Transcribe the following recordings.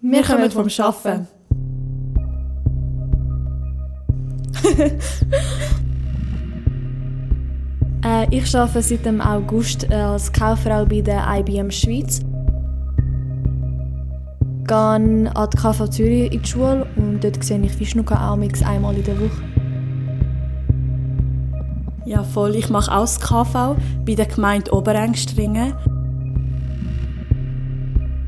Wir kommen vom Arbeiten. Äh, ich arbeite seit dem August äh, als Kauffrau bei der IBM Schweiz. Ich gehe an die KV Zürich in die Schule und dort sehe ich Fischnucke auch einmal in der Woche. Ja, voll. Ich mache auch das KV bei der Gemeinde Oberengstringen.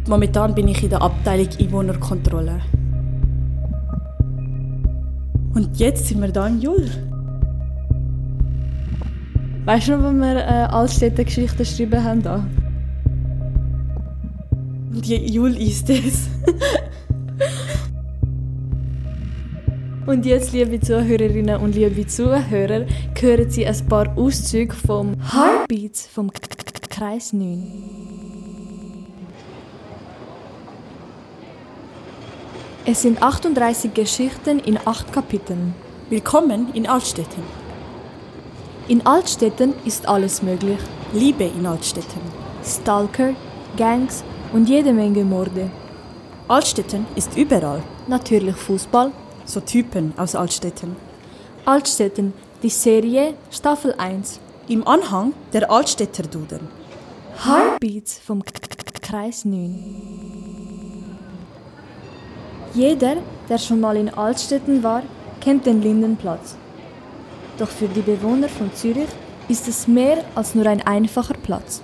Momentan bin ich in der Abteilung Einwohnerkontrolle. Und jetzt sind wir da im Jul. Weißt du noch, wenn wir äh, Altstädte-Geschichten geschrieben haben? Da? Und je Jul ist es. Und jetzt, liebe Zuhörerinnen und liebe Zuhörer, hören Sie ein paar Auszüge vom Heartbeats vom K K K Kreis 9. Es sind 38 Geschichten in 8 Kapiteln. Willkommen in Altstetten. In Altstetten ist alles möglich. Liebe in Altstetten. Stalker, Gangs und jede Menge Morde. Altstetten ist überall. Natürlich Fußball, so Typen aus Altstetten. Altstetten, die Serie Staffel 1. Im Anhang der Altstädter Duden. Heartbeats vom K -K -K Kreis 9. Jeder, der schon mal in Altstetten war, kennt den Lindenplatz. Doch für die Bewohner von Zürich ist es mehr als nur ein einfacher Platz.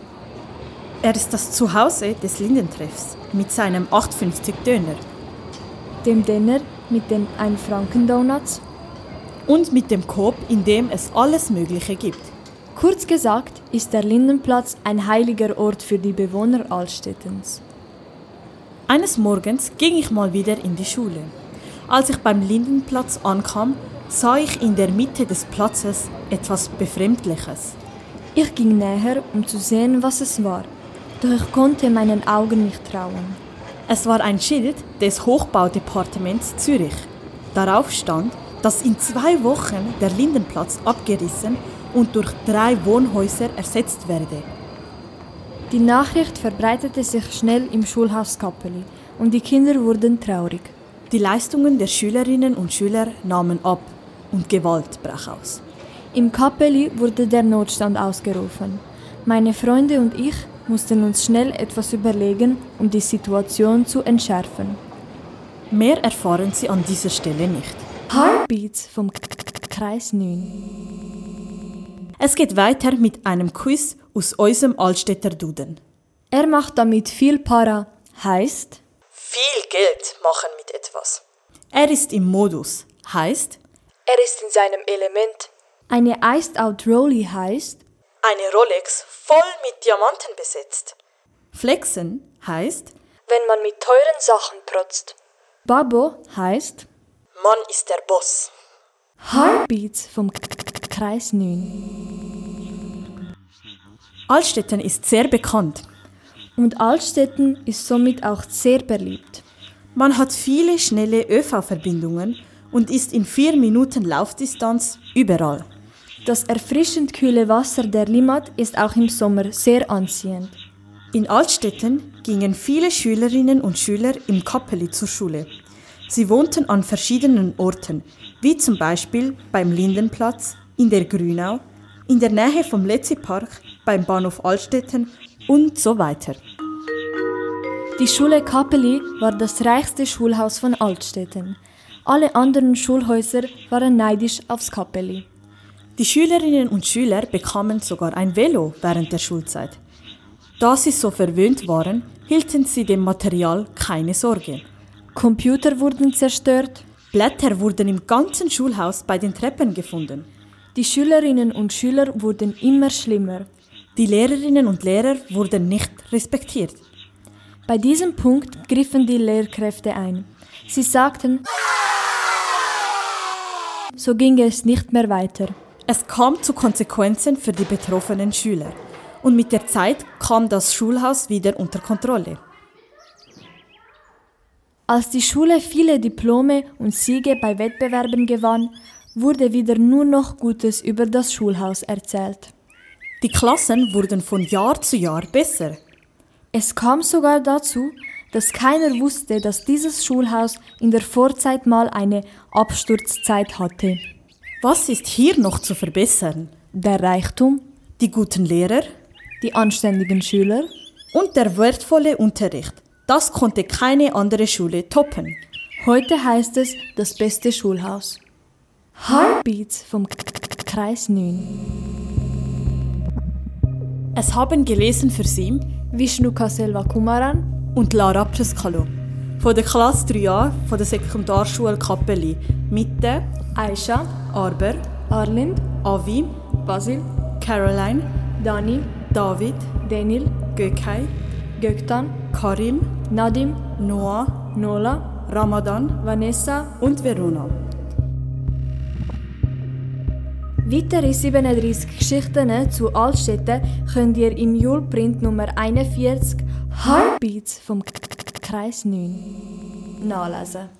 Er ist das Zuhause des Lindentreffs mit seinem 850 Döner. Dem Döner mit den Ein-Franken-Donuts und mit dem Coop, in dem es alles Mögliche gibt. Kurz gesagt ist der Lindenplatz ein heiliger Ort für die Bewohner Altstädtens. Eines Morgens ging ich mal wieder in die Schule. Als ich beim Lindenplatz ankam, sah ich in der Mitte des Platzes etwas Befremdliches. Ich ging näher, um zu sehen, was es war, doch ich konnte meinen Augen nicht trauen. Es war ein Schild des Hochbaudepartements Zürich. Darauf stand, dass in zwei Wochen der Lindenplatz abgerissen und durch drei Wohnhäuser ersetzt werde. Die Nachricht verbreitete sich schnell im Schulhaus Kappeli und die Kinder wurden traurig. Die Leistungen der Schülerinnen und Schüler nahmen ab und Gewalt brach aus. Im Kappeli wurde der Notstand ausgerufen. Meine Freunde und ich mussten uns schnell etwas überlegen, um die Situation zu entschärfen. Mehr erfahren Sie an dieser Stelle nicht. Heartbeats vom K -K Kreis 9. Es geht weiter mit einem Quiz aus unserem Altstädter Duden. Er macht damit viel Para, heißt viel Geld machen mit etwas. Er ist im Modus, heißt er ist in seinem Element. Eine Iced Out Rollie heißt eine Rolex voll mit Diamanten besetzt. Flexen heißt, wenn man mit teuren Sachen protzt. Babo heißt, man ist der Boss. Heartbeats vom K -K Kreis 9. Altstetten ist sehr bekannt. Und Altstetten ist somit auch sehr beliebt. Man hat viele schnelle ÖV-Verbindungen und ist in vier Minuten Laufdistanz überall. Das erfrischend kühle Wasser der Limmat ist auch im Sommer sehr anziehend. In Altstetten gingen viele Schülerinnen und Schüler im Kappeli zur Schule. Sie wohnten an verschiedenen Orten, wie zum Beispiel beim Lindenplatz, in der Grünau, in der Nähe vom Letzipark, beim Bahnhof Altstetten und so weiter. Die Schule Kappeli war das reichste Schulhaus von Altstetten. Alle anderen Schulhäuser waren neidisch aufs Kappeli. Die Schülerinnen und Schüler bekamen sogar ein Velo während der Schulzeit. Da sie so verwöhnt waren, hielten sie dem Material keine Sorge. Computer wurden zerstört, Blätter wurden im ganzen Schulhaus bei den Treppen gefunden. Die Schülerinnen und Schüler wurden immer schlimmer. Die Lehrerinnen und Lehrer wurden nicht respektiert. Bei diesem Punkt griffen die Lehrkräfte ein. Sie sagten, so ging es nicht mehr weiter. Es kam zu Konsequenzen für die betroffenen Schüler. Und mit der Zeit kam das Schulhaus wieder unter Kontrolle. Als die Schule viele Diplome und Siege bei Wettbewerben gewann, wurde wieder nur noch Gutes über das Schulhaus erzählt. Die Klassen wurden von Jahr zu Jahr besser. Es kam sogar dazu, dass keiner wusste, dass dieses Schulhaus in der Vorzeit mal eine Absturzzeit hatte. Was ist hier noch zu verbessern? Der Reichtum, Die guten Lehrer die anständigen Schüler, und der wertvolle Unterricht. Das konnte keine andere Schule toppen. Heute heißt es das beste Schulhaus. Heartbeats vom K- K- K- Kreis 9. Es haben gelesen für Sie Vishnuka Selva Kumaran, und Lara Preskalo von der Klasse 3a von der Sekundarschule Kappeli Mitte, Aisha, Arber, Arlind, Avi, Basil, Caroline, Dani, David, Denil, Gökay, Göktan, Karim, Nadim, Noah, Nola, Ramadan Vanessa. und Verona. Weitere 37 Geschichten zu Altstädten könnt ihr im Julprint Nummer 41 Heartbeats vom K- K- Kreis 9 nachlesen.